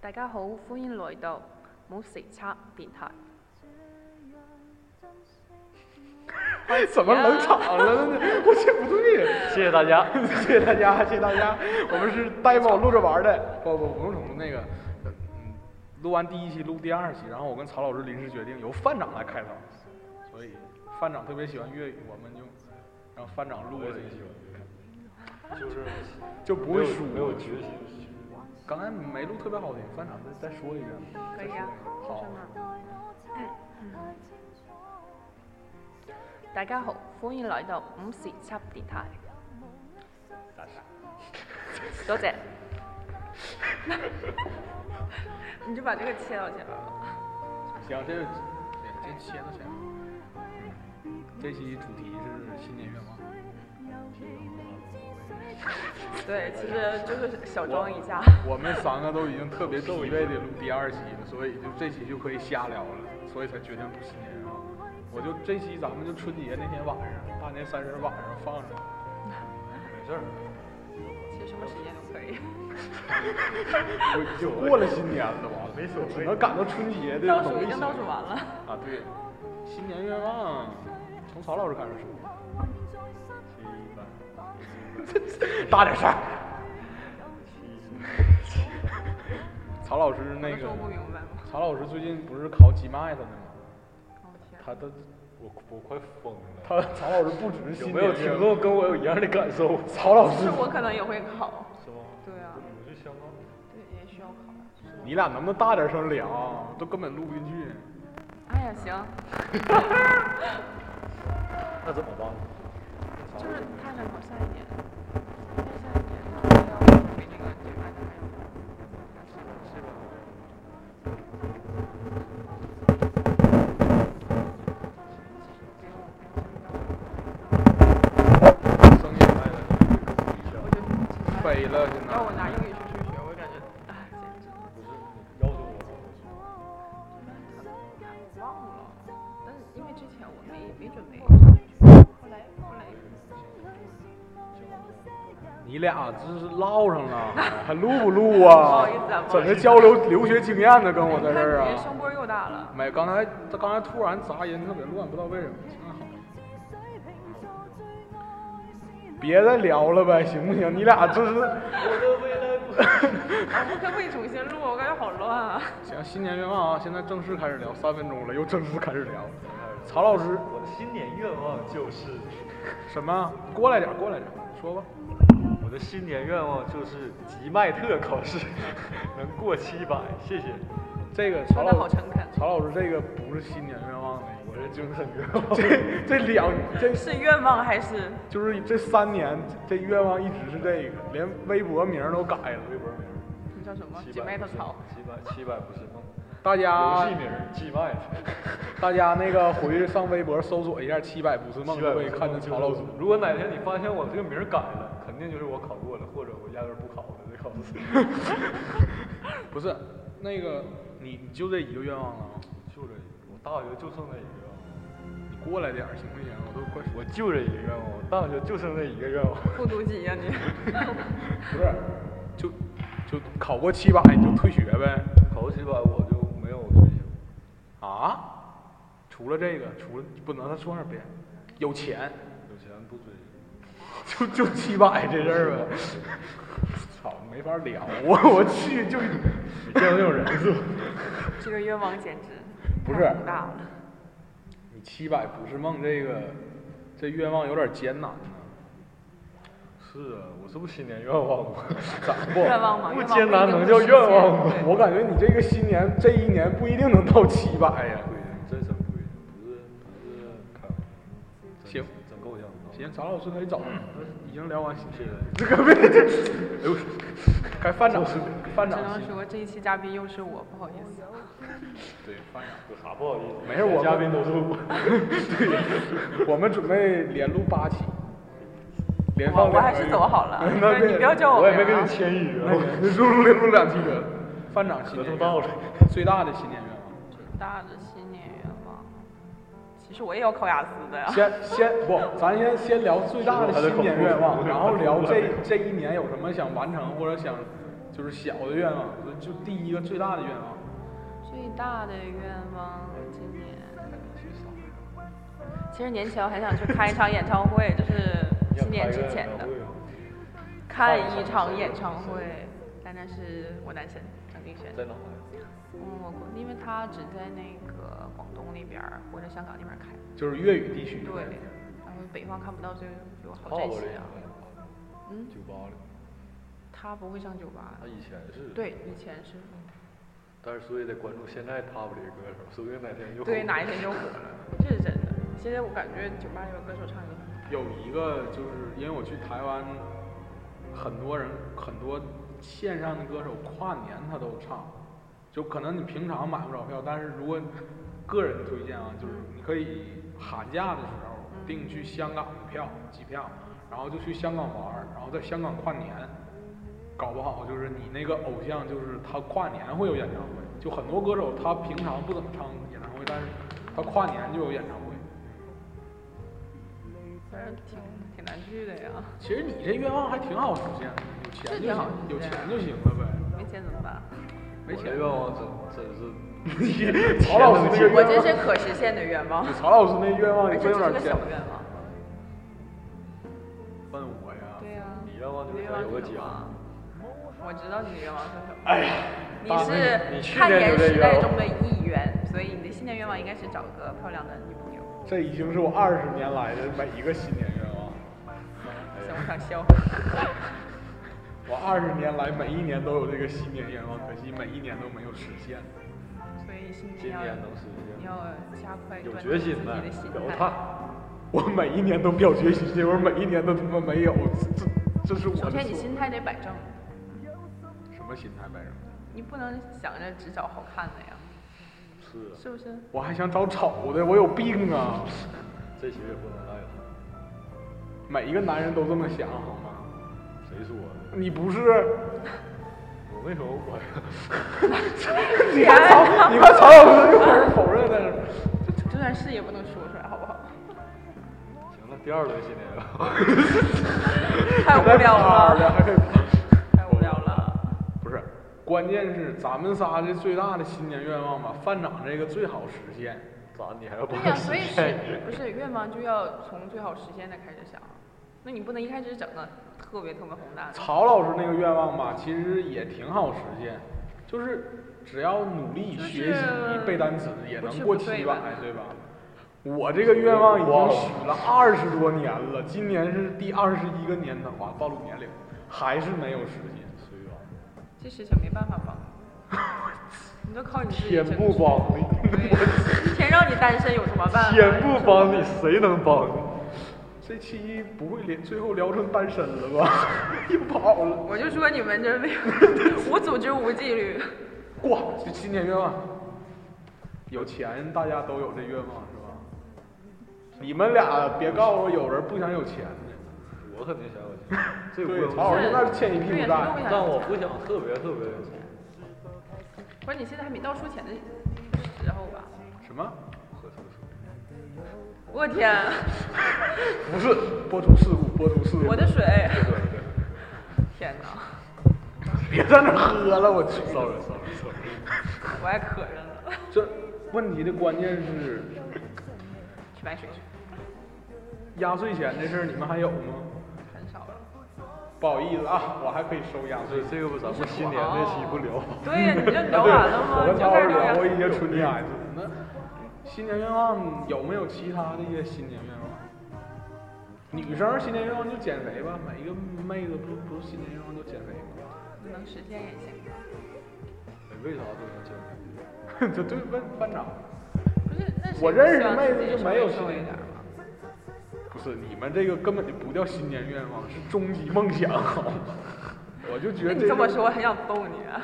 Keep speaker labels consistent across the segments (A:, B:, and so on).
A: 大家好，歡迎來到冇時差電台。
B: 怎么冷场了？我写不对。
C: 谢谢大家。
B: 谢谢大家，谢谢大家。我们是 demo 录着玩儿 的，不不不用重录那个，嗯，录完第一期，录第二期，然后我跟曹老师临时决定由范长来开头，所以范长特别喜欢粤语，我们就让范长录了一期，
C: 就是
B: 就不会输。
C: 没有决心。
B: 刚才没录特别好听，范长再再说一遍。
A: 可以啊，
B: 好
A: 就是呢。嗯大家好，歡迎來到五時差電台。多謝。 你就把這個切了去吧。
B: 行，这这这切到前面。这期主题是新年愿望。
A: 对，其實就是小裝一下。
B: 我们三个都已经特别疲惫的录第二期了，所以就这期就可以瞎聊了，所以才决定录新年啊。我就这期咱们就春节那天晚上，大年三十晚上放着，
C: 没事儿。
A: 其實什麼時間都可以。
B: 我已经过了新年了吧？
C: 没所谓
B: 只能赶到春节的
A: 倒
B: 农
A: 數
B: 历
A: 已經
B: 新年
A: 倒數完了。
B: 啊。对，新年愿望从曹老师开始说，
C: 七百，
B: 大点声。 曹老师那
A: 我
B: 个
A: 都，說不明白了。
B: 曹老师最近不是考吉麦他的吗？
A: 我哦天。啊
B: 他他
C: 我我快疯了。
B: 他 曹老师不只是
C: 有
B: 新
C: 没有
B: 年
C: 听
B: 愿望
C: 众跟我有一样的感受？
B: 曹老师
A: 是我可能也会考。
C: 是吗？
A: 对啊，
C: 我是香港。
A: 对，也需要考。
B: 你俩能不能大点声聊？都根本录不进去。
A: 哎呀，行，
C: 那怎么办？
A: 就是大声考下一年，再下一年要比那个对吧？
B: 声音
A: 我就请
B: 飞了，现
A: 要我
B: 在。
A: 拿英语去数学，我感觉哎，简直
C: 不是要求我
A: 忘了。但是因为之前我没没准备上去，后来后来
B: 你俩这是唠上 了，还录不录啊
A: 不好意思啊？不好
B: 整
A: 意思
B: 个交流留学经验呢，跟我在
A: 你
B: 这
A: 看
B: 儿
A: 你这
B: 啊
A: 声。波又大 了，
B: 没，刚才他刚才突然杂音特别乱，不知道为什么。现在好了别再聊了呗，行不行？你俩这是
C: 我的未来不 是。
A: 我们可不可以重新录？我感觉好乱啊。
B: 行新年愿望啊！现在正式开始聊，三分钟了，又正式开始聊。曹老师，
C: 我的新年愿望就是，
B: 什么？啊过来点儿，过来点儿，说吧。
C: 我的新年愿望就是吉麦特考试能过七百，谢谢。
B: 这个 曹
A: 说的
B: 老
A: 好诚恳，
B: 曹老师，这个不是新年愿望的，
C: 我这精神愿望。
B: 这这两这
A: 是愿望还 是？
B: 就是这三年这愿望一直是这个，连微博名儿都改了。
C: 微博名儿。
A: 你叫什么？
C: 七
A: 姐
C: 百
A: 妹
C: 不
A: 的
C: 是
A: 草。
C: 七百七百不是梦，
B: 大
C: 游
A: 啊
B: 家
C: 戏名儿 G 麦，
B: 大家那个回去上微博搜索一下“七百不是梦”，
C: 700
B: 就可以看见曹老师。
C: 如果哪天你发现我这个名儿改了，肯定就是我考过了，或者我压根儿不考了这考 试。
B: 不是那个你你就这一个愿望了啊？
C: 就这一个，我大学就剩这一个愿
B: 你过来点儿行不行？我都快
C: 望，我就这一个愿望，我大学就剩这一个愿望。
A: 复读机呀、你。
B: 不是，就就考过七百你就退学呗？
C: 考七百我就没有追求，
B: 啊？除了这个，除了不能他说那别有钱。
C: 有钱不追求。
B: 就就七百这事儿呗。操，没法聊啊！我去就
C: 你见过这种 人是吧？
A: 这个愿望简直
B: 不
A: 太
B: 是
A: 宏大了，
B: 你七百不是梦，这个这愿望有点艰难呢。
C: 是啊，我这不新年愿望吗？
B: 咋
A: 愿望嘛，
C: 不
A: 愿望
C: 艰难
A: 一定
C: 能
A: 会实
C: 叫愿
A: 现
C: 望吗
A: 对
B: 我感觉你这个新年这一年不一定能到七百呀。
C: 不一定， 真真不一定，不是不是开玩笑。
B: 行
C: 真够呛。
B: 行，曹老师可以找他，
A: 嗯
B: 已经聊完新
C: 谢
B: 年
C: 谢
B: 了。这个别这，哎呦，该班长班
A: 只
B: 长
A: 能
B: 新
A: 说这一期嘉宾又是我，不好意思。
C: 嗯
B: 对班长。
C: 有啥不好意思？
B: 没事我
C: 嘉宾都是 我。
B: 对， 我们准备连录八期，连
A: 我
B: 放
A: 我
B: 两哎
A: 还
B: 个
A: 是
B: 月
A: 走好了
B: 那，
A: 不是
B: 对
A: 你不要叫
C: 我也
A: 名
C: 没
A: 儿
C: 跟
A: 啊
C: 你签约，
B: 那个录录录两期歌，班长新
C: 合
B: 年
C: 同
B: 愿望
C: 到了。
B: 最大的新年愿望，
A: 最大的新年愿望，其实我也要考雅思的呀。
B: 先先不，咱先先聊最大的新年愿望，然后聊这这一年有什么想完成或者想就是小的愿望，就就第一个最大的愿望。
A: 最大的愿望，今年
B: 去扫一扫
A: 其实年前我很想去看一场演唱会， 就是
C: 要
A: 新年
C: 开
A: 之
C: 个啊
A: 前
C: 晚
A: 的
C: 会吗
A: 看
C: 看一
A: 一
C: 场
A: 场演
C: 演
A: 唱
C: 唱
A: 会，但那是我男神陈奕迅。
C: 在哪儿啊呀？
A: 嗯，我估因为他只在那个广东那边儿或者香港那边儿开，
B: 就是粤语地区。
A: 对，然后北方看不到，所以我好
C: 泡
A: 珍
C: 泡
A: 惜
C: 这
A: 啊。嗯，
C: 酒吧里，
A: 他不会上酒吧
C: 他，以前是，
A: 对，以前是，
C: 但是所以得关注现在 top 这些歌手，说不定哪天就
A: 对，
C: 红
A: 哪
C: 了
A: 一天就火了，这是真的。现在我感觉酒吧里有歌手唱歌，
B: 有一个就是因为我去台湾，很多人很多线上的歌手跨年他都唱，就可能你平常买不着票，但是如果个人推荐啊，就是你可以寒假的时候订去香港的票机票，然后就去香港玩儿，然后在香港跨年，搞不好就是你那个偶像就是他跨年会有演唱会，就很多歌手他平常不怎么唱演唱会，但是他跨年就有演唱会。
A: 反正挺挺难去的呀。
B: 其实你这愿望还挺好实现的，有
A: 是
B: 钱就
A: 挺好
B: 行，
A: 实现
B: 有钱就行了呗。
A: 没钱怎么 办？
B: 没
C: 我
B: 钱
C: 这愿望真真是，
B: 你曹老师那个愿
A: 我
B: 望，
A: 这是可实现的愿 望
B: 你，曹老师那愿望，
A: 而
B: 你
A: 且
B: 真
A: 哎这是
B: 有点
A: 个
B: 偏
A: 小。愿望。
B: 问我呀？
A: 对呀、
C: 你愿望就
A: 你
C: 是
A: 愿望
C: 有个
A: 是什
C: 奖
A: 么。？啊我知道你的愿望是什么。
B: 哎呀，
A: 你
B: 大妹
C: 啊你去
A: 是汉
C: 年有
A: 年
C: 这
A: 时
C: 愿
A: 代
C: 望
A: 中的一员，所以你的新年愿望应该是找个漂亮的女朋友。
B: 这已经是我二十年来的每一个新年愿望。
C: 哎
A: 行，我想 笑。
B: 我二十年来每一年都有这个新年愿望，可惜每一年都没有实现。
A: 所以新
C: 今
A: 年要
C: 年能实
A: 你
C: 现，
A: 要加快
C: 有
A: 锻
C: 决
A: 炼自己
C: 心呗
A: 的心，
C: 表
A: 态。
C: 态。
B: 我每一年都表决心，结果每一年都他妈没有，这这这是我的
A: 首
B: 错。
A: 先，你心态得摆正，
B: 什么心态摆正？
A: 你不能想着只找好看的呀，
C: 是啊，
A: 是不 是？
B: 我还想找丑的，我有病啊！
C: 这其实也不能赖他，
B: 每一个男人都这么想好吗？
C: 谁说的？
B: 你不是？
C: 我没说我，
B: 你看曹， 你看曹老师又开始否认了。
A: 这段事也不能说出来，好不好？
C: 行了，第二轮新年愿望，
A: 太无聊了，
B: 还在趴着还可以趴着
A: 太无聊了。
B: 不是，关键是咱们仨这最大的新年愿望吧，饭长这个最好实现。
C: 咋你还要帮
A: 对
C: 我
A: 呀、
C: 实
A: 所以
C: 现
A: 是不是愿望就要从最好实现的开始想？那你不能一开始整的特别特别宏大的。
B: 曹老师那个愿望吧，其实也挺好实现，就是只要努力
A: 就是
B: 学习、背单词，也能过七百
A: 不吃，不
B: 对吧？我这个愿望已经许了二十多年了，今年是第二十一个年头啊，暴露年龄，还是没有实现。
C: 随缘，
A: 这事情没办法 帮你，你都靠你自己
C: 天
A: 争
C: 不
A: 取
C: 帮你，
A: 对，天让你单身有什么办法？
C: 天不帮你，谁能帮你？
B: 这期不会连最后聊成单身了吧？ 又跑了，
A: 我就说你们这 没有无组织无纪律。
B: 挂这新年愿望。有钱大家都有这愿望是吧？你们俩别告诉我有人不想有钱的。
C: 我肯定想有 钱，这
B: 对，
C: 我
B: 曹老师
A: 是
B: 那是欠一屁股
A: 对
B: 债。
A: 呀
C: 但我不想特别特别有钱，
A: 不是你现在还没到出钱的时候吧？
B: 什么？
C: 喝厕所，
A: 我天，啊
B: 不是，播出事故，播出事故。
A: 我的水！
C: 对对对。
A: 天哪，
B: 别在那儿喝了，我去。
C: sorry sorry sorry，
A: 我爱渴着呢。
B: 这问题的关键是
A: 去买水去，
B: 压岁钱这事儿，你们还有吗？
A: 很少了。
B: 不好意思啊，我还可以收压岁
C: 所以
B: 钱。
C: 这个不咱们新年这期不聊，
A: 对呀，你这聊完了吗？
B: 啊 我跟
A: 你
B: 曹
A: 就
B: 老
A: 开始
B: 师
A: 聊
B: 聊
A: 呀
B: 过一些春节挨揍。那新年愿望有没有其他的一些新年愿望？女生新年愿望就减肥吧，每一个妹子不不是新年愿望都减肥吗？
A: 能实现也行。啊
C: 哎为啥都能减 肥？
B: 这对问班长，
A: 不是，那谁
B: 我认识
A: 希望
B: 妹
A: 自
B: 子
A: 己
B: 就
A: 稍
B: 没
A: 微
B: 有
A: 瘦
B: 心理
A: 一点吗？
B: 不是你们这个根本就不叫新年愿望，是终极梦想，好吗？我就觉
A: 那
B: 得
A: 你这
B: 个
A: 么说，我很想揍你啊。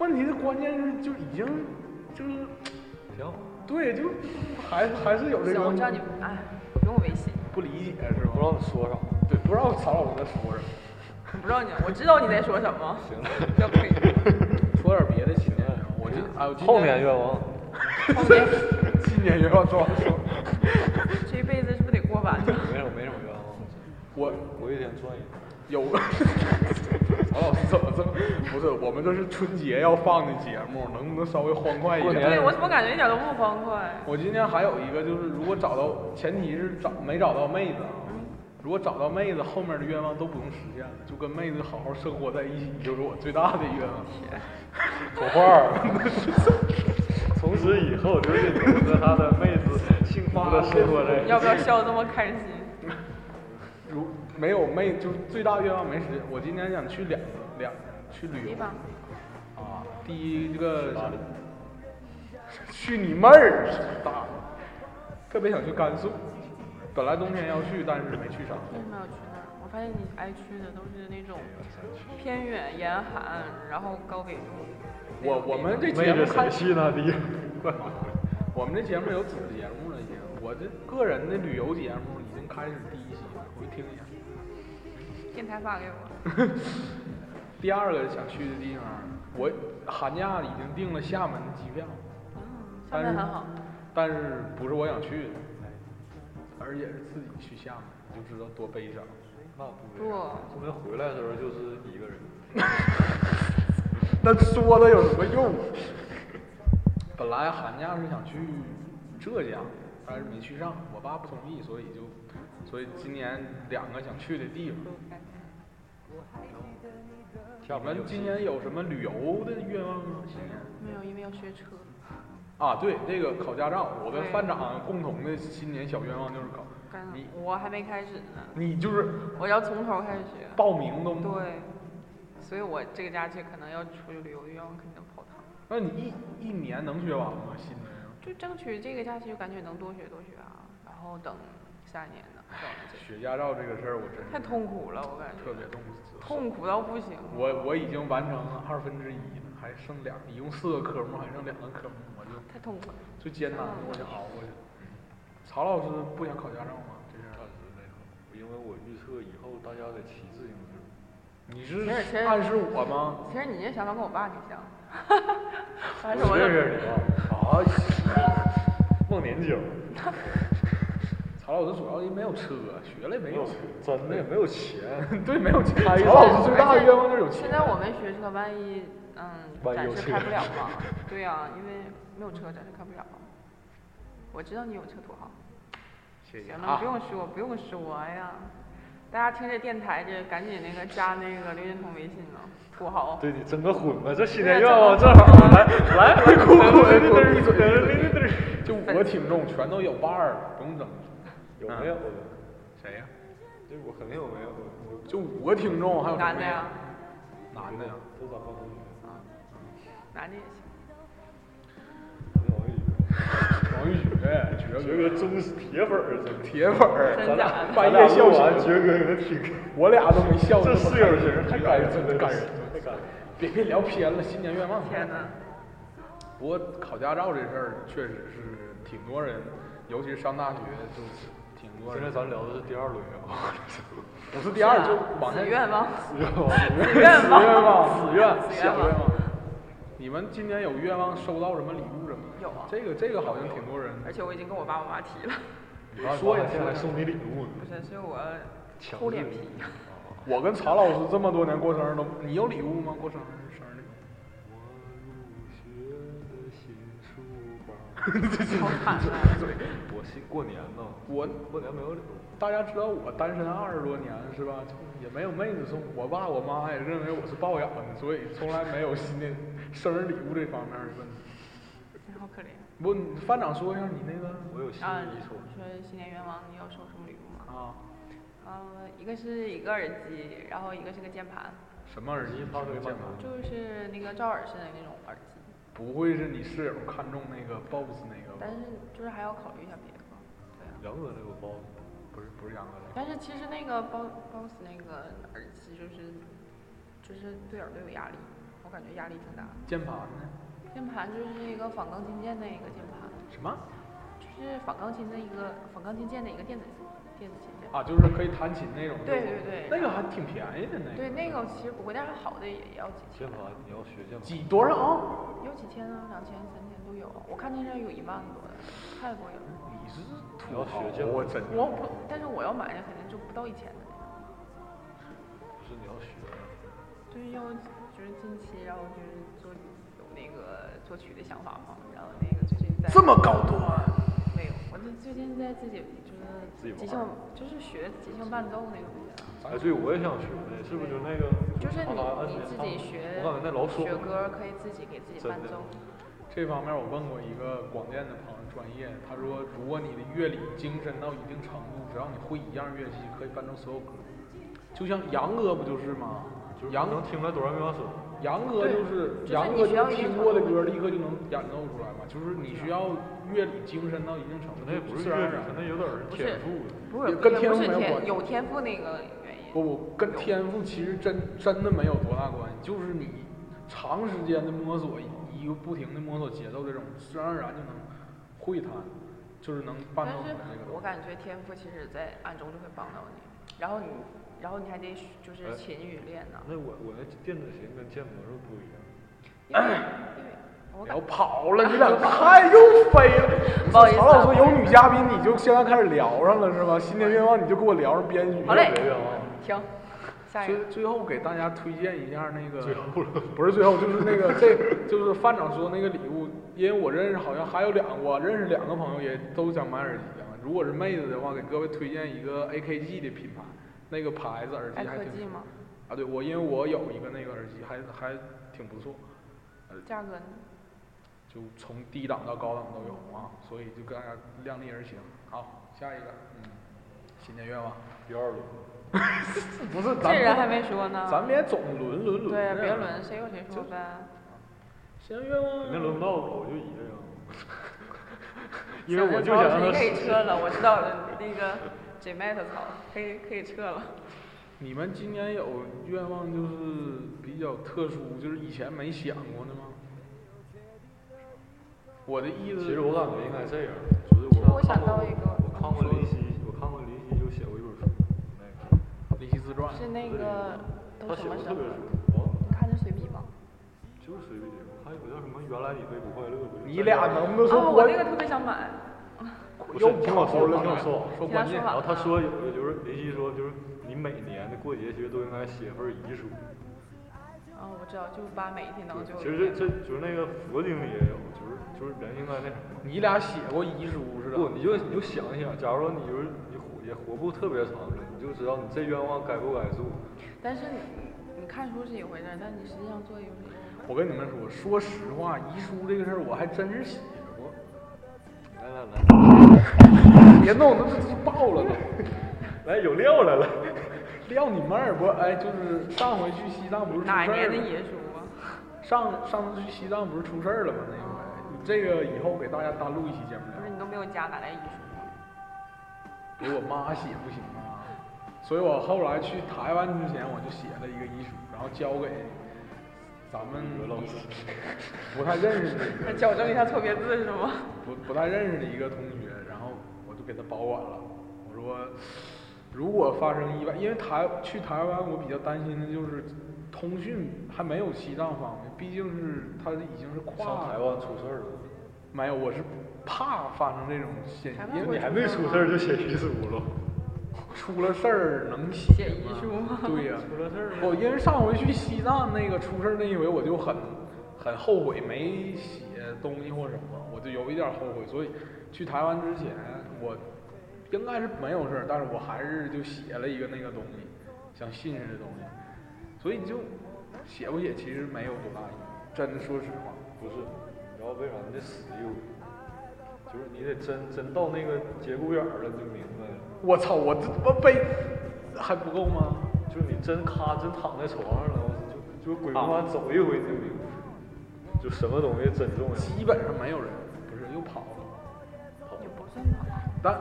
B: 问题的关键是就已经就是
C: 挺好，
B: 对，就还是还是有这
A: 行，
B: 个
A: 我知道你，哎，不用微信，
B: 不理解是
C: 不知
B: 吧？
C: 道你说啥。
B: 对，不知道曹老师在说什么。
A: 我不知道你，我知道你在说什么。
C: 行
A: 要不可以。
B: 说点别的新年愿望，我今啊，我今
C: 后面愿望，
A: 后面
B: 今年愿望说说，
A: 这一辈子是不是得过 完呢？
C: 没什么没什么愿望，
B: 我
C: 我一天赚一个。
B: 有，曹老不是，我们这是春节要放的节目，能不能稍微欢快一
C: 过
B: 点
C: 年？
A: 对我怎么感觉一点都不欢快？
B: 我今天还有一个就是，如果找到，前提是找没找到妹子啊。如果找到妹子，后面的愿望都不用实现了，就跟妹子好好生活在一起，就是我最大的愿望。
C: 口画儿。从此以后，刘锦荣和他的妹 子幸福的生活在一起。
A: 要不要笑得这么开心？
B: 如没有妹，就是最大愿望没实现。我今年想去两个两去旅
A: 地
B: 游
A: 方，
B: 啊，第一个
C: 哪
B: 想
C: 里
B: 去你妹儿，大特别想去甘肃，本来冬天要去，但是没去上。
A: 为什么要去那儿？我发现你爱去的都是那种偏远、严寒，然后高纬度。
B: 我我们这节
C: 昧
B: 目
C: 着
B: 开
C: 谁去那地？
B: 我们这节目有子节目了，已经。我这个人的旅游节目已经开始第一期了，回去听一下。
A: 电台发给我，
B: 第二个想去的地方，我寒假已经订了厦门的机票，
A: 嗯，厦
B: 但是
A: 门很好。
B: 但是不是我想去的，而且是自己去厦门，你就知道多悲伤。
C: 那不
A: 不
C: 会，说明回来的时候就是一个人。
B: 但说了有什么用？ 本来寒假是想去浙江，但是没去上，我爸不同意，所以就，所以今年两个想去的地方。
C: 厦
B: 你
C: 门
B: 们
C: 有
B: 今年有什么旅游的愿望吗？新年
A: 没有，因为要学车。
B: 啊，对，这个考驾照，我跟
A: 对
B: 范长共同的新年小愿望就是考。
A: 干
B: 你
A: 我还没开始呢，
B: 你就是
A: 我要从头开始学。
B: 报名都，
A: 对，所以我这个假期可能要出去旅游，要不然肯定泡汤。
B: 那你一一年能学完吗？新年啊
A: 就争取这个假期，就感觉能多学多学啊，然后等下一年呢。
B: 学驾照这个事儿，我真
A: 太
B: 是
A: 痛苦了，我感觉
B: 特别痛苦。
A: 痛苦到不行。
B: 我我已经完成了二分之一了，还剩两，一共四个科目，还剩两个科目，我就
A: 太痛苦了，
B: 最艰难的，我想熬过去。曹老师不想考驾照吗？这
C: 暂
B: 是
C: 时没有，因为我预测以后大家得骑自行车。
B: 你是
A: 没事其实
B: 暗示我吗？
A: 其实你这想法跟我爸挺像，
C: 我
A: 但是我
C: 认
A: 就
C: 识你 啊！ 啊，忘年交，
B: 曹老师主要因为没有车，学了也没有车。
C: 真的没有钱。
B: 对，没有钱。
C: 开
B: 曹老
C: 车
B: 师最大的愿望就是有
A: 现
B: 钱。
A: 在我们学车，万一嗯
C: 万一
A: 暂
C: 有
A: 时
C: 车
A: 开不了嘛， 对呀、因为没有车暂时开不了。我知道你有车土豪，
B: 谢
A: 行了，不用说，不用说呀。大家听这电台这，赶紧那个加那个刘建彤微信啊，土豪。
C: 对你整个混吧，这新年愿望正好来来回滚滚的嘚嘚嘚嘚嘚。
B: 就五个听众全都有伴儿了，不用整。
C: 有没有的？
B: 谁呀、
C: 这我肯定有没有的。
B: 就五个听众，还有谁
A: 男的呀，
B: 男的呀。
C: 都咋
A: 啊，
C: 办？
A: 男的也行。
B: 王 玉
C: 王
B: 觉，觉
C: 一觉
B: 哥
C: 哥忠实铁粉儿，真的。
B: 铁粉儿，
A: 真假的
B: 半夜笑醒
C: 完，觉哥搁那听，
B: 我俩都没笑
C: 这
B: 么
C: 室友情太感
B: 感
C: 人了，
B: 感人。
C: 太感人。
B: 别别聊偏了，新年愿望。
A: 天哪！
B: 不过考驾照这事儿确实是挺多人，尤其是上大学就是挺多
C: 今天
B: 人。
C: 咱聊的是第二轮愿望，
B: 不是第二，
A: 是
B: 就
A: 啊
B: 往下
A: 子愿望，
C: 愿望。
A: 子愿
B: 子愿
A: 望。
B: 望，
C: 子愿
A: 子
B: 小
A: 愿望
B: 愿望。你们今年有愿望收到什么礼物了吗？
A: 有啊
B: 这个这个好像挺多人。
A: 而且我已经跟我爸我妈提了，
C: 你说呀，现在送你礼物呢
A: 不。是，是我
C: 强
A: 厚
C: 制
A: 脸
C: 力
A: 皮。
B: 我跟曹老师这么多年过生日都，你有礼物吗？过生日生日礼
C: 我入学的新书包。
A: 好惨啊！
C: 我新过年呢，
B: 物？我
C: 过年没有礼物。
B: 大家知道我单身二十多年是吧？就也没有妹子送，我爸我妈也认为我是抱养的，所以从来没有新的生日礼物这方面的问题。
A: 真好可怜。
B: 不，你班长说一下你那个
C: 我有新
A: 啊，
C: 的
A: 你
C: 衣
A: 说
C: 橱。
A: 新年愿望，你要收什么礼物吗？
B: 啊，
A: 呃，一个是一个耳机，然后一个是个键盘，
B: 什么耳机？
C: 发挥
B: 键
C: 键
B: 盘
C: 盘？
A: 就是那个罩耳式的那种耳机，
B: 不会是你室友看中那个 BOSS 那个
A: 但
B: 吧？
A: 是就是还要考虑一下别的吧。对啊。
C: 杨哥那个包，
B: 不是不是杨哥那个。
A: 但是其实那个 BOSS BOSS 那个耳机就是就是对耳朵有压力，我感觉压力挺大的。
B: 键盘呢？
A: 键盘就是一个仿钢琴键的一个键盘，
B: 什么？
A: 就是仿钢琴的一个仿钢琴键的一个电子电子琴键。
B: 啊，就是可以弹琴那种。
A: 对
B: 是吧
A: 对对
B: 那个还挺便宜的那个。
A: 对，那个其实不贵，但是好的也也要几千
C: 键，盘你要学键盘。
B: 几多少啊？
A: 有几千啊，两千、三千都有。啊我看那上有一万多的，太贵了。
B: 你是
C: 你要
B: 土豪
C: 学键，盘
B: 我真
A: 我不，但是我要买的肯定就不到一千的，
C: 不是你要学，
A: 就就是要就是近期，然后就是做有那个作曲的想法嘛，然后那个最近在
B: 这么高端，
A: 没有，我就最近在自己就是即兴，就是学即兴伴奏那种的，
C: 哎，对，我也想学那，是不是就是那个？
A: 就是你
C: 好像
A: 你自己学
C: 我感觉那老爽
A: 学歌可以自己给自己伴奏，
B: 这方面我问过一个广电的朋友，专业，他说如果你的乐理精深到一定程度，只要你会一样乐器，可以伴奏所有歌。就像杨哥不就是吗？
C: 就是
B: 杨
C: 能听出来哆来咪发嗦。
B: 杨哥就是
A: 对
B: 杨
A: 就是
B: 哥，
A: 你需要
B: 就
A: 一定
B: 听过的歌立刻就能演奏出来嘛。就是你需要乐理精深到一定程度，
C: 那也不是
B: 自
C: 乐
B: 然而
C: 理
B: 然，
C: 那有点儿
A: 不是啊
C: 天赋的。
A: 不是
B: 也跟
A: 也
B: 天
A: 不
B: 赋
A: 是
B: 没有关
A: 天
B: 系
A: 有天赋那个原因，
B: 不不，跟天赋其实真真的没有多大关系，就是你长时间的摸索，一个不停的摸索节奏，这种自然而然就能会弹，就是能伴
A: 但
B: 奏出
A: 是
B: 来这个东
A: 我
B: 西。
A: 感觉天赋其实在暗中就会帮到你，然后你然后你还得就是
C: 哎
A: 勤于练 呢，
C: 那我我那电子琴跟建模是不一样。
A: 因为因为我
B: 不
A: 感
B: 要跑了，你俩太又飞了。
A: 不好意思啊
B: 曹老师有女嘉宾，你就现在开始聊上了是吧？新年愿望你就给我聊上编曲。
A: 好嘞
C: 别冤枉。
A: 停，下一
B: 最
A: 个
B: 最后给大家推荐一下那个，
C: 最后了
B: 不是最后，就是那 个这就是范长说那个礼物，因为我认识好像还有两个，我认识两个朋友也都想买耳机啊。如果是妹子的话，给各位推荐一个 AKG 的品牌，那个牌子耳机
A: 爱
B: 还
A: 科
B: 挺
A: 技吗？
B: 啊，对我因为我有一个那个耳机还还挺不错，
A: 价格呢？
B: 就从低档到高档都有啊，所以就跟大家量力而行。好，下一个，嗯，新年愿望，
C: 第二轮。
B: 不
A: 这
B: 是咱
A: 人
B: 们
A: 还没说呢。
B: 咱们也总轮轮轮，
A: 对，别。轮，谁有谁说
B: 就
A: 呗。
B: 新年愿望，
C: 肯定轮不到我，我就一个人。因
A: 小
C: 为我
A: 人
C: 就
A: 曹
C: 想
A: 老师
C: 让他
A: 你可以
C: 实
A: 撤了，我知道了。那个姐妹的操，可以可以撤了。
B: 你们今年有愿望就是比较特殊，就是以前没想过的吗？我的意思，
C: 其实我感觉应该这样，就是
A: 其实
C: 我
A: 我
C: 看
A: 想
C: 过
A: 到一个
C: 我看过林夕，我看过林夕有写过一本书，那个
B: 《林夕自传》
A: 是那个都
C: 他
A: 什
C: 写过
A: 么
C: 特
A: 什
C: 别
A: 么？
C: 书，啊，
A: 你看着随笔吗？
C: 就是随笔。我看有个叫什么“原来你会不快乐”的，
B: 你俩能不能
A: 啊，
B: 说
A: 我
B: 关
A: 那个特别想买。
C: 不是
B: 又
C: 听我
B: 跑
C: 说
B: 了
C: 听我说
B: 说
A: 听他
B: 关
A: 说
B: 键
C: 然
A: 完
C: 后他说有的就是林夕说就是你每年的过节其实都应该写份遗书，
A: 啊，我知道，就是把每一天当
C: 对
A: 最后一
C: 其实
A: 天。
C: 这这就是那个佛经里也有，就是就是人应该那什么。
B: 你俩写过遗书是
C: 不，
B: 吧？
C: 你就你就想一想，假如说你就是你活也活不特别长了，你就知道你这愿望该不该做。
A: 但是你你看书是一回事儿，但你实际上做一回事儿。
B: 我跟你们说，说实话，遗书这个事儿我还真是写过。
C: 来来来，
B: 别弄，那这都爆了都。
C: 来有料来了。
B: 撂你妹儿！不，哎，就是上回去西藏不是出事
A: 哪一年
B: 儿
A: 的
B: 了吗？
A: 野书啊？
B: 上上次去西藏不是出事儿了吗？那回，这个以后给大家单录一期节目聊
A: 不。是你都没有加哪来遗书啊？
B: 给我妈写不行吗？所以我后来去台湾之前，我就写了一个遗书，然后交给咱们
C: 老师
B: 不太认识的一
A: 那
B: 个
A: 矫正一下错别字是吗？
B: 不不太认识的一个同学，然后我就给他保管了。我说，如果发生意外，因为台去台湾，我比较担心的就是通讯还没有西藏方便，毕竟是他已经是跨
C: 上台湾出事儿了，
B: 没有，我是怕发生这种现
A: 台
B: 象，
A: 湾
B: 因
A: 会
B: 为
C: 你还没出事儿就写遗书了，
B: 出了事儿能写
A: 写遗
B: 吗
A: 书吗
B: 对呀、
C: 出了事儿
B: 我因为上回去西藏那个出事儿那一回，我就很很后悔没写东西或什么，我就有一点儿后悔，所以去台湾之前我应该是没有事儿，但是我还是就写了一个那个东西，想信任的东西，所以就写不写其实没有多大意义，真的说实话，
C: 不是，你知道为啥你得死一回？就是你得真真到那个节骨眼儿了，你就明白了。
B: 我操，我这我被还不够吗？
C: 就是你真咔真躺在床上了，我就就鬼门关走一回，你就明白了。就什么东西真重要？
B: 基本上没有人，不是又跑了，
C: 好
A: 也不算吧。
B: 但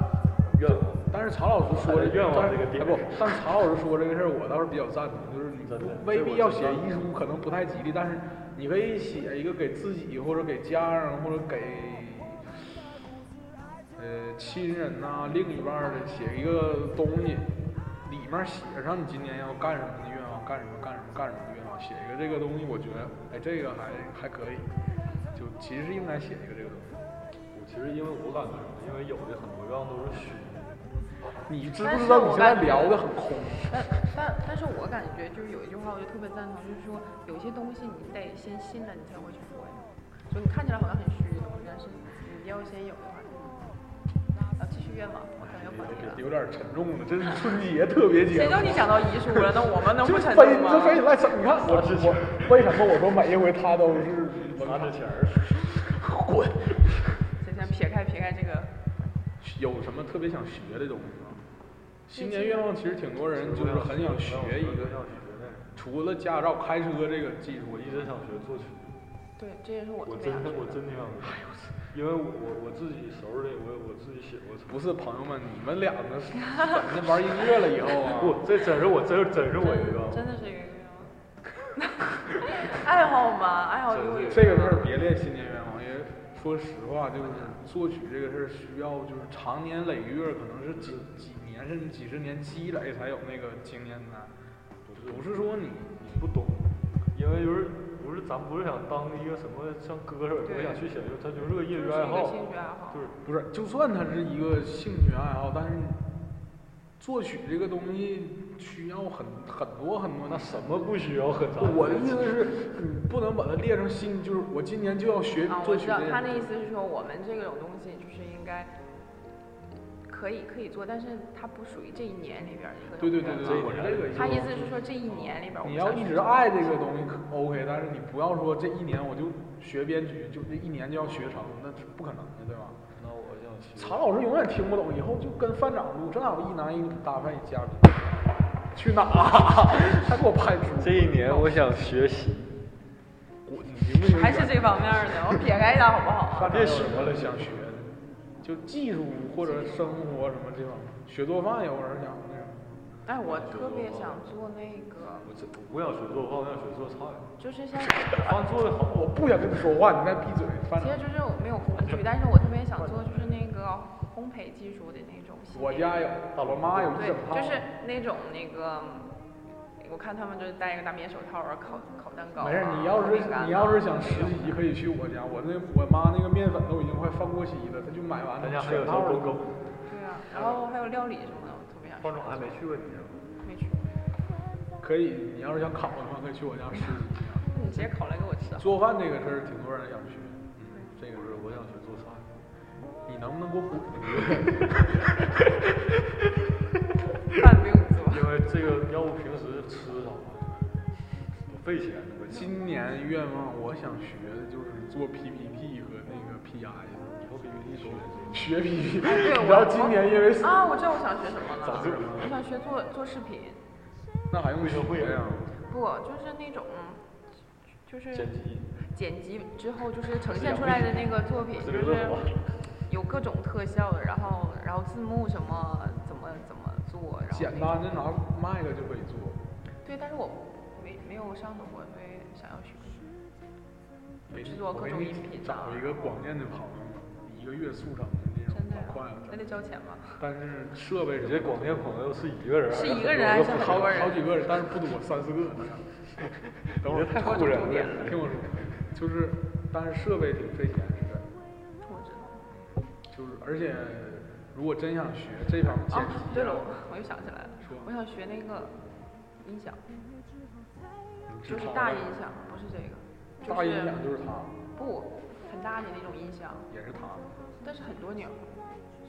C: 愿望。
B: 但是曹老师说的
C: 还是愿望这个点
B: 哎不，但是曹老师说这个事儿，我倒是比较赞同，就是你
C: 真
B: 不
C: 的
B: 未
C: 这
B: 必
C: 我
B: 要
C: 真
B: 写
C: 赞
B: 遗书，可能不太吉利，但是你可以写一个给自己或者给家人或者给呃亲人呐、另一半儿的写一个东西，里面写上你今年要干什么的愿望，干什么干什么干什么的愿望，写一个这个东西，我觉得哎这个还还可以，就其实应该写一个这个东西。
C: 我其实因为我感觉什么，因为有的很多愿望都是虚的。
B: 你知
A: 但
B: 不知
A: 是
B: 道你
A: 我
B: 现在
A: 感觉
B: 聊的很空？
A: 但但但是我感觉就是有一句话，我就特别赞同，就是说有些东西你得先信了，你才会去做呀。就你看起来好像很虚荣，但是你要先有的话，啊，继续愿望，我感觉可以了。
B: 有点沉重了，这是春节特别节
A: 谁
B: 目
A: 叫。你讲到遗书了？那我们能不
B: 这
A: 沉
B: 非
A: 重吗？
B: 这非得赖上，你看我我为什么我说每一回他都是
C: 拿着钱儿，
B: 滚？
A: 先先撇开撇开这个，
B: 有什么特别想学啊的东西吗？新年愿望其实挺多人就是很想学一
C: 要
B: 个，
C: 学那
B: 除了驾照开车这个技术，我
C: 个，我
B: 一
C: 一
B: 直
C: 直想学作曲，
A: 对，这也是我特
C: 我
A: 别
C: 真
A: 想
C: 的我
A: 学的。哎
C: 真的想学，因为我我自己手里我我自己写过词。
B: 不是朋友们，你们俩呢？怎么玩音乐了以后啊？
C: 不，这真是我，这真是我一个，
A: 真的是一个愿望， 爱好嘛，爱好就会有
B: 这个事儿别练新年愿望，因为说实话，就是作曲这个事儿需要就是长年累月，可能是几几年甚至几十年积累才有那个经验的，不是说你
C: 不懂，因为就是不是咱不是想当一个什么像歌手，我想去写歌，他就是个业
A: 就是一
C: 余
A: 个
C: 爱好，
A: 兴趣爱好
C: 就。是
B: 不是，就算它是一个兴趣爱好，但是作曲这个东西需要很很多很多
C: 那什么不需要很长时间？
B: 我的意思是，你不能把它列成新，就是我今年就要学
A: 啊，我
B: 作曲
A: 知
B: 这
A: 道
B: 件事。
A: 他的意思是说，我们这种东西就是应该可以可以做，但是它不属于这一年里边儿的一个
B: 对
A: 东西。
B: 对对对，我是这个意思。
A: 他意思是说这一年里边儿我
B: 你
A: 们
B: 要
A: 想
B: 一
A: 去
B: 直
A: 做
B: 爱这个东西可 OK，但是你不要说这一年我就学编曲，就这一年就要学成，那是不可能的，对吧？
A: 嗯
C: 那我想学。
B: 常老师永远听不懂，以后就跟范长录，正好一男一女搭配嘉宾。去哪儿？啊 还给我拍出
C: 这一年我想学习，
B: 滚！你明不明白
A: 还是这方面儿的，我撇开一下好不好啊？
B: 范长有什么想学的？就技术或者生活什么这方面，学做饭有人想那种。
A: 哎，我特别想做那个，
C: 我这我想学做饭，我想学做菜，
A: 就是像，
C: 饭做的好。
B: 我不想跟你说话，你再闭嘴。范
A: 嗯其
B: 长
A: 实，就是我没有工具，但是我特别想做就是那个烘焙技术的那种系列。
B: 我家有，我妈有一
A: 对
B: 整，套。
A: 就是那种那个，我看他们就是戴一个大棉手套啊，烤烤蛋糕啊。
B: 没事，你要
A: 烤
B: 是
A: 饼干
B: 你
A: 啊
B: 要是想实习，可以去我家。我那我妈那个面粉都已经快放过期了，她就买完
C: 咱家
B: 了
C: 还
B: 全
C: 有条
B: 套
C: 狗狗
B: 了。，
A: 对啊，然后还有料理什么的，我特别想
C: 方总
B: 啊
C: 还没去过你家吗？
A: 没去。
B: 可以，你要是想烤的话，可以去我家实习一下。
A: 那你直接烤来给我吃啊！
B: 做饭这个事儿，挺多人想学。嗯，这个
C: 不
B: 是
C: 是，我想学做菜。
B: 你能不能给我补？
A: 饭不用做。
C: 因为这个，要不平时吃啥，不费钱的问 题。
B: 今年愿望，我想学的就是做 PPT 和那个 PI。
C: 以后 PPT 学
B: 学 PPT，
A: 哎对
B: 你知
A: 我
B: 道今年因为
A: 啊，我知道我想学什么了
B: 早知道。
A: 我想学做做视频，
B: 那还用学
C: 会
B: 呀？
A: 不就是那种，就是
C: 剪辑，
A: 剪辑之后就是呈现出来的那个作品，
C: 我
A: 就
C: 这个
A: 是
C: 乐活。
A: 有各种特效的，然后然后字幕什么怎么怎么做，然后
B: 简
A: 那
B: 单的拿麦克就可以做。
A: 对，但是我没没有上手过，所以想要学。
B: 没
A: 制作各种音频的
B: 找一个广电的朋友，一个月速成的那种，
A: 真的呀
B: 老快啊了。
A: 那得交钱吗？
B: 但是设备
C: 你
B: 什
C: 这
B: 么
C: 广电朋友是一个人，啊
A: 是一个人还啊是很
B: 好
A: 多人
B: 好几个人，但是不多，三四 个。等会
C: 你
B: 儿
C: 这太唬人了。
B: 听我说，就是但是设备挺费钱，是真的。
A: 我知道。
B: 就是而且如果真想学这方面剪
A: 哦
B: 辑、，
A: 对了，我我又想起来了
B: 说，
A: 我想学那个音响，
B: 你知
A: 就是
B: 道
A: 大
B: 的
A: 音响，不是这个，就
B: 大音
A: 是
B: 响就是它，
A: 不很大的那种音响，
B: 也是它。
A: 但是很多钮儿。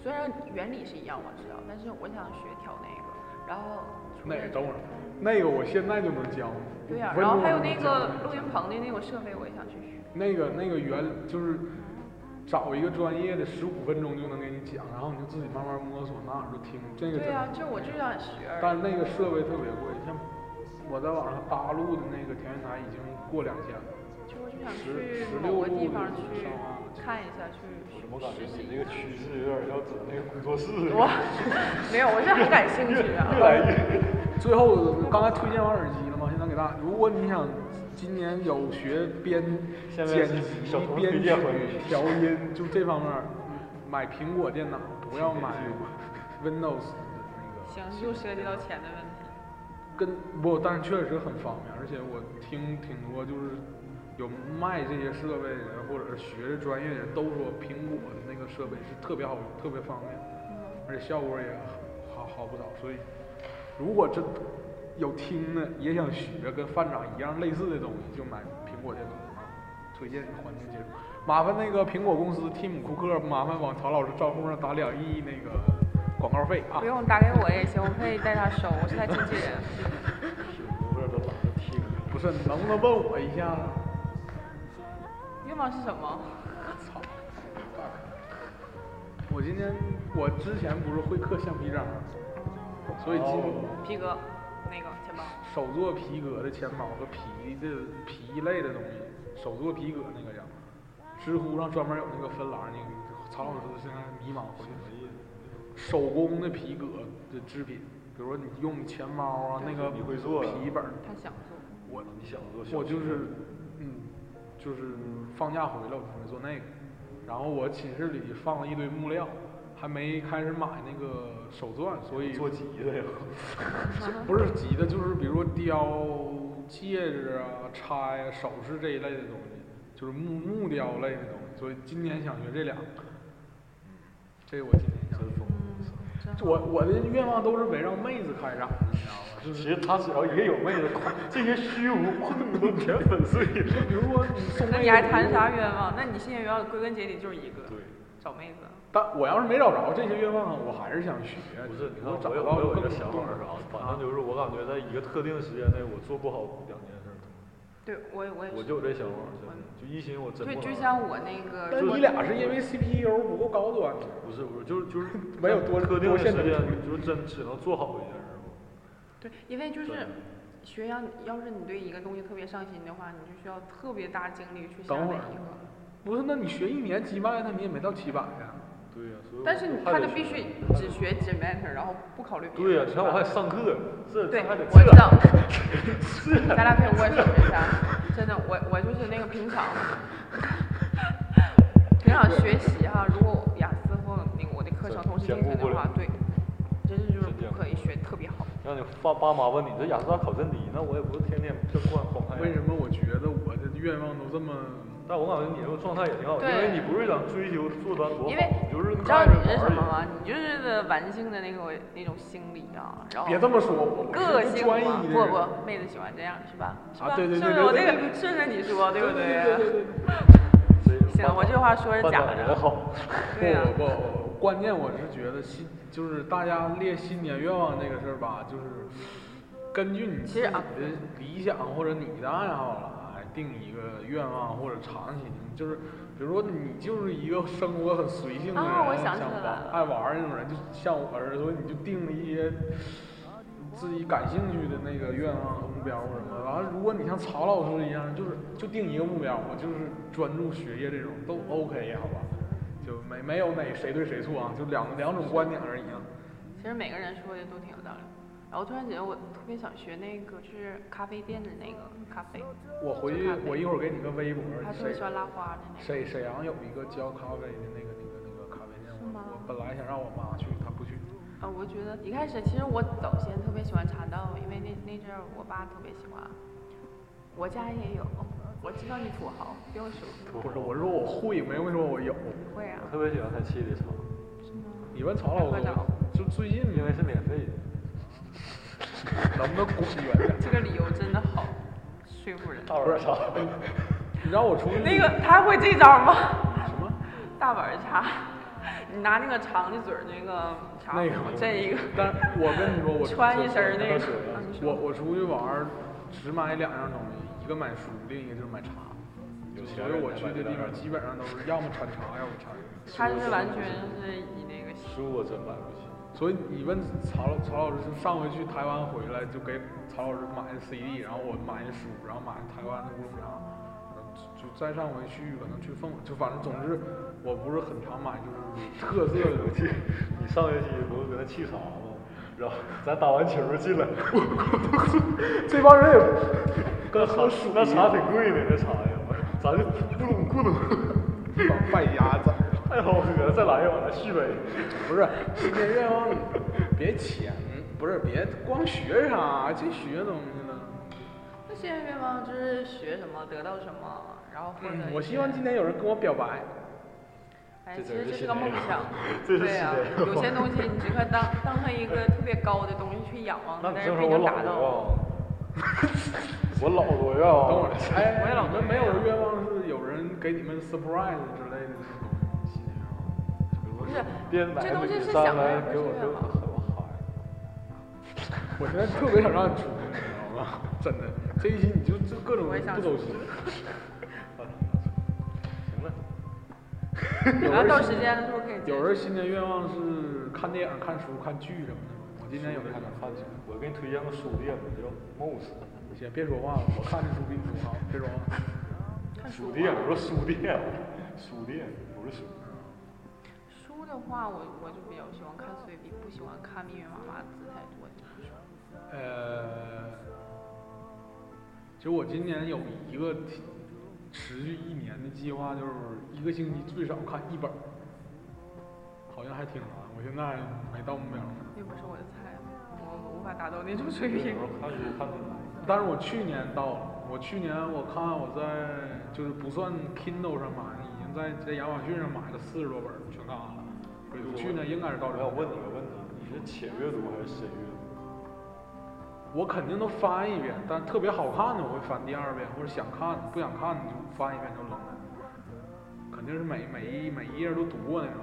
A: 虽然原理是一样，我知道，但是我想学调那个，然后除
B: 那
A: 了
B: 个等会儿，那个我现在就能教。
A: 对呀、
B: 五分
A: 然后
B: 钟
A: 还有
B: 我就
A: 那
B: 能教
A: 个录音棚的那种设备，我也想去学。
B: 那个那个原就是找一个专业的，十五分钟就能给你讲，然后你就自己慢慢摸索，那耳朵听这个
A: 对
B: 真
A: 呀、
B: 的。
A: 就我就想学而已。
B: 但是那个设备特别贵，像我在网上八路的那个调音台已经过两千了。
A: 就我就想
B: 十
A: 去
B: 十六
A: 某个
B: 步
A: 地方
B: 就
A: 去
B: 上岸了
A: 看一下，去
C: 我怎么感觉
A: 实习一
C: 你这个
A: 下。
C: 趋势有点像整那个工作室似
A: 我
C: 的？
A: 没有，我是很感兴趣啊。
C: 越来越
B: 最后，刚才推荐完耳机了吗？现在给大家，如果你想今年有学编
C: 下
B: 剪
C: 面
B: 辑
C: 是小、童
B: 编
C: 推
B: 曲
C: 荐环节、
B: 调音，就这方面儿，买苹果电脑，不要买 Windows 的那个。
A: 行，又涉及到钱的问题。
B: 跟不，但是确实很方便，而且我听挺多就是有卖这些设备的人，或者是学这专业的人都说苹果的那个设备是特别好、特别方便，而且效果也好好不少。所以，如果真有听的也想学跟范长一样类似的东西，就买苹果电脑啊，推荐环境接触。麻烦那个苹果公司蒂姆库克，麻烦往曹老师账户上打两亿那个广告费啊
A: 不。用打给我也行，我可以代他收，我是他经纪人。
C: 听歌都懒得听。
B: 不是，能不能问我一下？
A: 愿望是什么？
B: 操！我今天我之前不是会刻橡皮章吗，所以今
C: 哦
A: 皮革，那个钱包。
B: 手做皮革的钱包和皮的皮类的东西，手做皮革那个叫，知乎上专门有那个分栏，你曹老师现在迷茫回去。手工的皮革的制品，比如说你用钱包啊，那个
C: 你会做呀
B: 皮本儿，
A: 他想做，
B: 我
C: 你想做小
B: 我就
C: 学
B: 是，嗯，就是放假回来我准备做那个，然后我寝室里放了一堆木料，还没开始买那个手钻，所以
C: 做急的 呀。
A: 啊
B: 不是急的，就是比如说雕戒指啊、钗啊、首饰这一类的东西，就是木木雕类的东西。所以今年想学这两个，这我今年想学。
A: 真好。
B: 我我的愿望都是围绕妹子开展的，你知道吗？就
C: 其
B: 是
C: 实他只要一个有妹子，这些虚无空洞全粉碎。
B: 比如说你送妹
A: 那
B: 子，
A: 你还谈啥冤枉？那你现在冤枉归根结底就是一个，
C: 对。
A: 找妹子。
B: 但我要是没找着这些愿望，我还是想学。
C: 不是，你看
B: 我
C: 我
B: 找
C: 有
B: 到
C: 我有一
B: 更
C: 个啊想法是啥？反正就是我感觉在一个特定的时间内，我做不好两件事儿，
A: 对，我也我也
C: 我
A: 是。
C: 就有这想法，真的，就一心我真
A: 对，
C: 不
A: 就
C: 能。
A: 像我那个，
B: 但
A: 如
B: 你
A: 果
B: 俩是因为 CPU 不够高端，
C: 不是不是，就是就是
B: 没有多
C: 特定的时
B: 多线
C: 间
B: 程，
C: 就是真只能做好一件事儿。
A: 对，因为就是
C: 对
A: 学阳，要是你对一个东西特别上心的话，你就需要特别大精力去
B: 等
A: 想
B: 会
A: 每
B: 儿
A: 一个。
B: 不是？那你学一年几万，那你也没到七百呀。
C: 对呀、所以
A: 但
C: 我
A: 是你
C: 还
A: 看
C: 得
A: 着必须
C: 学
A: 只学 g e m a t e r 然后不考虑别
C: 对呀、
A: 的。
C: 你看我还得上课，这
A: 对，
C: 这还得
A: 我知道，
C: 这啊这
A: 咱俩可以握手一下。真的，我我就是那个平常，平常学习哈，如果我雅思或那个我的课程同时进行的话，对，真是就是不可以学特别好。
C: 让你爸爸妈问你这雅思咋考这么低，那我也不是天天这逛晃嗨。
B: 为什么我觉得我的愿望都这么？
C: 但我感觉你这个状态也挺好，因
A: 对
C: 为你不是想追求做得多好，
A: 因为
C: 你就是
A: 你知道
C: 看着
A: 你
C: 玩
A: 是
C: 儿
A: 什么
C: 而已
A: 吗？你就是玩性的那个那种心理啊，然后
B: 哦别这么说，我我
A: 个
B: 是
A: 性
B: 专一
A: 嘛，
B: 的
A: 不
B: 人。
A: 不，啊妹子喜欢这样是吧？是吧？
B: 对
A: 是
B: 对对
A: 不是
B: 对
A: 我
B: 对
A: 这
B: 对
A: 个顺着你说，对不对？
B: 对对
A: 行，我这话说是假
C: 办得
A: 的，嗯
C: 好。
A: 对啊呀、
B: 不不不，关键我是觉得新，就是大家列新年愿望这个事儿吧，就是根据你自
A: 其
B: 己
A: 实
B: 的
A: 啊
B: 理想或者你的爱好来定一个愿望或者长期，就是比如说你就是一个生活很随性的人，
A: 啊我想起来
B: 玩
A: 了
B: 爱玩儿那种人，就像我儿子，所以你就定了一些。自己感兴趣的那个愿望和目标或什么的，完了，如果你像曹老师一样，就是就定一个目标，我就是专注学业这种，都 OK 好吧？就没没有哪谁对谁错啊，就两两种观点而已啊。
A: 其实每个人说的都挺有道理。然后突然觉得我特别想学那个，就是咖啡店的那个咖啡，
B: 我回去我一会儿给你个微博，
A: 他特别
B: 谁
A: 喜欢拉花的那个。
B: 谁沈阳有一个教咖啡的那个那个那个咖啡店，
A: 是
B: 我
A: 吗
B: 我本来想让我妈去，她不去。
A: 啊，我觉得一开始其实我早先特别喜欢茶道，因为那那阵儿我爸特别喜欢，我家也有。我知道你土豪，不要说
B: 不是，我是说我会，没有说我有。
A: 不会啊
C: 我，特别喜欢看七里茶，
A: 是吗？
B: 你问曹老
A: 快
B: 师
A: 找，
B: 就最近
C: 因为是免费的。
B: 能不能滚远点？
A: 这个理由真的好说服人。
C: 大碗茶，
B: 你让我出去
A: 那个他会这招吗？
B: 什么？
A: 大碗茶，你拿那个长的嘴儿那个茶壶，
B: 那个
A: 这一个
B: 但是我跟你说，我
A: 穿一身儿那个
C: 这这，
A: 啊你说
B: 我我出去玩儿，只买两样东西，一个买书，另一个就是买茶。
C: 有钱
B: 所
C: 人
B: 以我
C: 才
B: 去
C: 买
B: 的
C: 这
B: 地
C: 两
B: 方
C: 样
B: 基本上都是要么掺茶，要么掺。
A: 他是完全是以那个
C: 书我真买不起。
B: 所以你问曹老曹老师，就上回去台湾回来就给曹老师买的 CD，然后我买的书，然后买台湾的乌龙茶，然后就就再上回去可能去凤，就反正总之我不是很常买，就是特色的东西。
C: 你上学期不是搁那沏茶吗？然后咱打完球进来，
B: 这帮人也
C: 那茶那茶挺贵的，那茶呀，咱就咕噜咕噜，
B: 不败家子。
C: 太好喝了，再来一碗，续杯。
B: 不是新年愿望，别钱，不是别光学啥，净学东西了。
A: 那现在愿望
B: 嗯
A: 就是学什么得到什么，然后或者、
B: 嗯，我希望今。天有人跟我表白。
A: 哎，
C: 这
A: 其
C: 就
A: 实
C: 是
A: 这
C: 新
A: 是个
C: 内
A: 梦
C: 容，
A: 想
C: 这是
A: 对啊，
C: 新内容
A: 有些东西你只可当当成一个特别高的东西去仰望，
C: 那
A: 但
C: 你
A: 是
C: 就
A: 不
C: 说
A: 一
C: 我
A: 定
C: 老
A: 达到。
C: 多呀，我老多呀。
B: 等我来。哎，
A: 我也老
B: 你们没有愿望是有人给你们 surprise 之类的那种啊新年愿望吗？
A: 不是，
C: 编买
A: 这东西
C: 米
A: 是
C: 上
A: 想
C: 来
A: 的不
C: 给
A: 是
C: 我
A: 愿
C: 就
A: 望
C: 很嗨。
B: 我现在特别想让你出去，你知道吗？真的，这一期你就就各种
A: 我也想
B: 不走心。
C: 行了，
B: 有
A: 然后
B: 人
A: 到
B: 新
A: 时间了是不是可以？
B: 有人新年愿望是看电影、看书、看剧什么的吗？我今年有那
C: 还
B: 个
C: 能看去。我给你推荐个书店，叫 Moss
B: 你先别说话了，我看的书比你多啊！别说话。
A: 看书
C: 书
A: 吧
C: 店，我说书店，书店不是书。
A: 书的话，我我就比较喜欢看随笔，不喜欢看密密麻麻字太多的书。
B: 呃，其实我今年有一个挺持续一年的计划，就是一个星期最少看一本儿，好像还挺难。我现在没到目标，
A: 又不是我的菜，我我无法达到那种水
C: 有时
A: 平。
C: 候看书看的
B: 但是我去年到了。我去年我看我在就是不算 Kindle 上买，已经在在亚马逊上买了四十多本儿，全看完了。我去年应该是到这。
C: 我想问你个问题，你是浅阅读还是深阅读？
B: 我肯定都翻一遍，但特别好看的我会翻第二遍，或者想看的不想看的就翻一遍就扔了。肯定是每每一每一页都读过那种。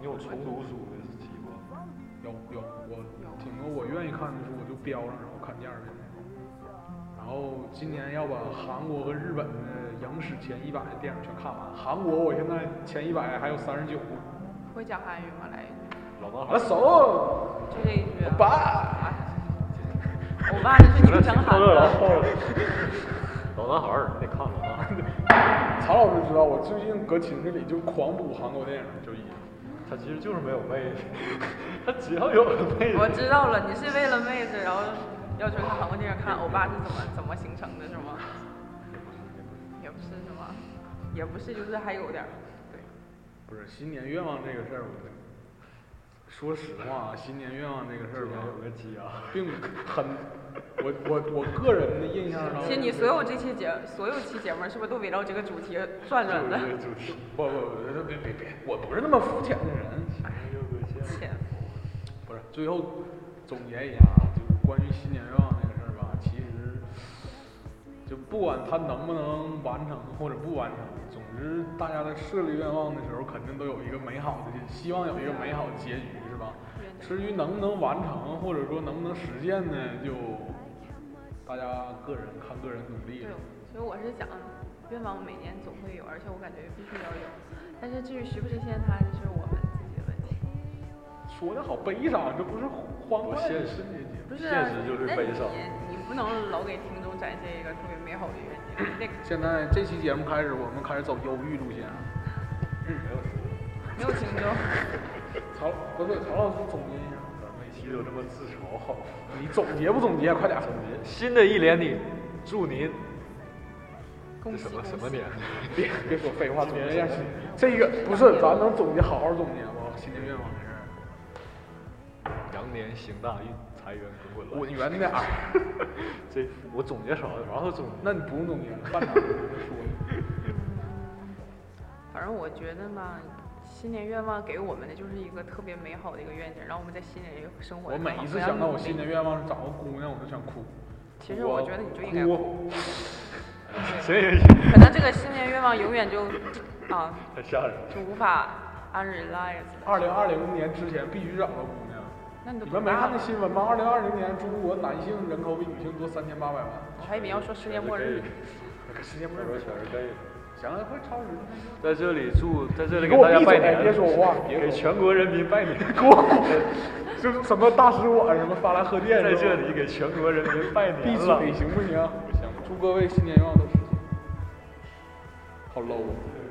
C: 你有重读书的习惯？
B: 有有，我挺多我愿意看的书我就标上，然后看第二遍那种。然后今年要把韩国和日本的影史前一百的电影全看完。韩国我现在前一百还有三十九部，
A: 会讲韩语吗？来一句，
C: 老男
B: 我
C: 孩。
B: 手
A: 就这一句啊。
B: 把。
A: 哎我爸就是
C: 行了
A: 女生
C: 行了
A: 喊
C: 行了
A: 的。
C: 老男孩儿，你得看老男孩儿。
B: 曹老师知道，我最近搁寝室里就狂补韩国电影，就一直。
C: 他其实就是没有魅力，他只要有了魅力，
A: 我知道了，你是为了妹子，然后要求看韩国电影，看欧巴是怎么怎么形成的，是吗？也不是是吗？也不是，就是还有点儿，对，
B: 不是新年愿望这个事儿，我说实话，啊，新年愿望这个事
C: 这
B: 儿
C: 里
B: 吧
C: 面，有个鸡啊。
B: 并 很，我我我个人的印象当中，
A: 其实你所有这期节所有期节目是不是都围绕这个主题转转的？
C: 就是这个主题。
B: 不不不别别别，我不是那么肤浅的人。
A: 哎
C: 有个鸡啊
A: 天，
B: 不是，最后总结一下啊，就是关于新年愿望这个事儿吧，其实就不管它能不能完成或者不完成，总之大家在设立愿望的时候，肯定都有一个美好的，希望有一个美好结局，是吧？至于能不能完成，或者说能不能实现呢，就大家个人看个人努力
A: 对
B: 了。，
A: 其实我是想，愿望每年总会有，而且我感觉必须要有，但是至于实不实现它，就是我们自己的问题。
B: 说的好悲伤，这不是欢
C: 多
B: 快
C: 现
B: 的
C: 实
B: 瞬间节目。
A: 不是、
C: 现
A: 啊，
C: 实就是
A: 那
C: 悲伤
A: 你你不能老给听众展现一个特别美好的愿景，你得
B: 现在这期节目开始，我们开始走忧郁路线。啊
C: 没有题，
A: 没有听众。
B: 曹不对，曹老师总结一下。
C: 咱每期都这么自嘲，好
B: 你总结不总结？快点！
C: 总结。新的一年里，祝您
A: 恭
C: 这
A: 喜
C: 什
A: 恭
C: 么
A: 喜！
C: 什么年？
B: 别别说废话，总结一下
C: 今年什么。
B: 这个不是，咱能总结好好总结吗？新年愿望这事儿，
C: 羊年行大运，财源滚滚
B: 滚
C: 来。
B: 远点儿。
C: 这我总结少了，然后总
B: 啊那你不用总结了，半场就说。
A: 反正我觉得嘛，新年愿望给我们的就是一个特别美好的一个愿景，让我们在新年里生活
B: 我
A: 得更好。
B: 每一
A: 不
B: 次
A: 要
B: 想到
A: 努
B: 我
A: 力
B: 新年愿望是找个姑娘，我就想哭。
A: 其实我觉得你就应该哭。
C: 哭。
A: 对
C: 行行行，
A: 可能这个新年愿望永远就啊
C: 太吓人了。
A: 就无法 unrealize 了。
B: 二零二零年之前必须找个姑娘。
A: 那你都
B: 你
A: 多
B: 们没
A: 大
B: 看那
A: 了？
B: 新闻吗？二零二零年中国男性人口比女性多三千八百万。
A: 我还以为要说世界末日。
B: 世界末
C: 我说
B: 日
C: 全是 gay。
B: 行了，快超时了。
C: 在这里祝，在这里
B: 你给
C: 给
B: 我
C: 大家
B: 闭
C: 拜
B: 嘴
C: 年，
B: 别说话别说
C: 给全国人民拜年，
B: 给我滚！就是什么大使馆什么发来贺电，
C: 在这里给全国人民拜
B: 闭
C: 年了。
B: 嘴行不行？
C: 不行
B: 祝各位新年愿望都实现。好 low 啊！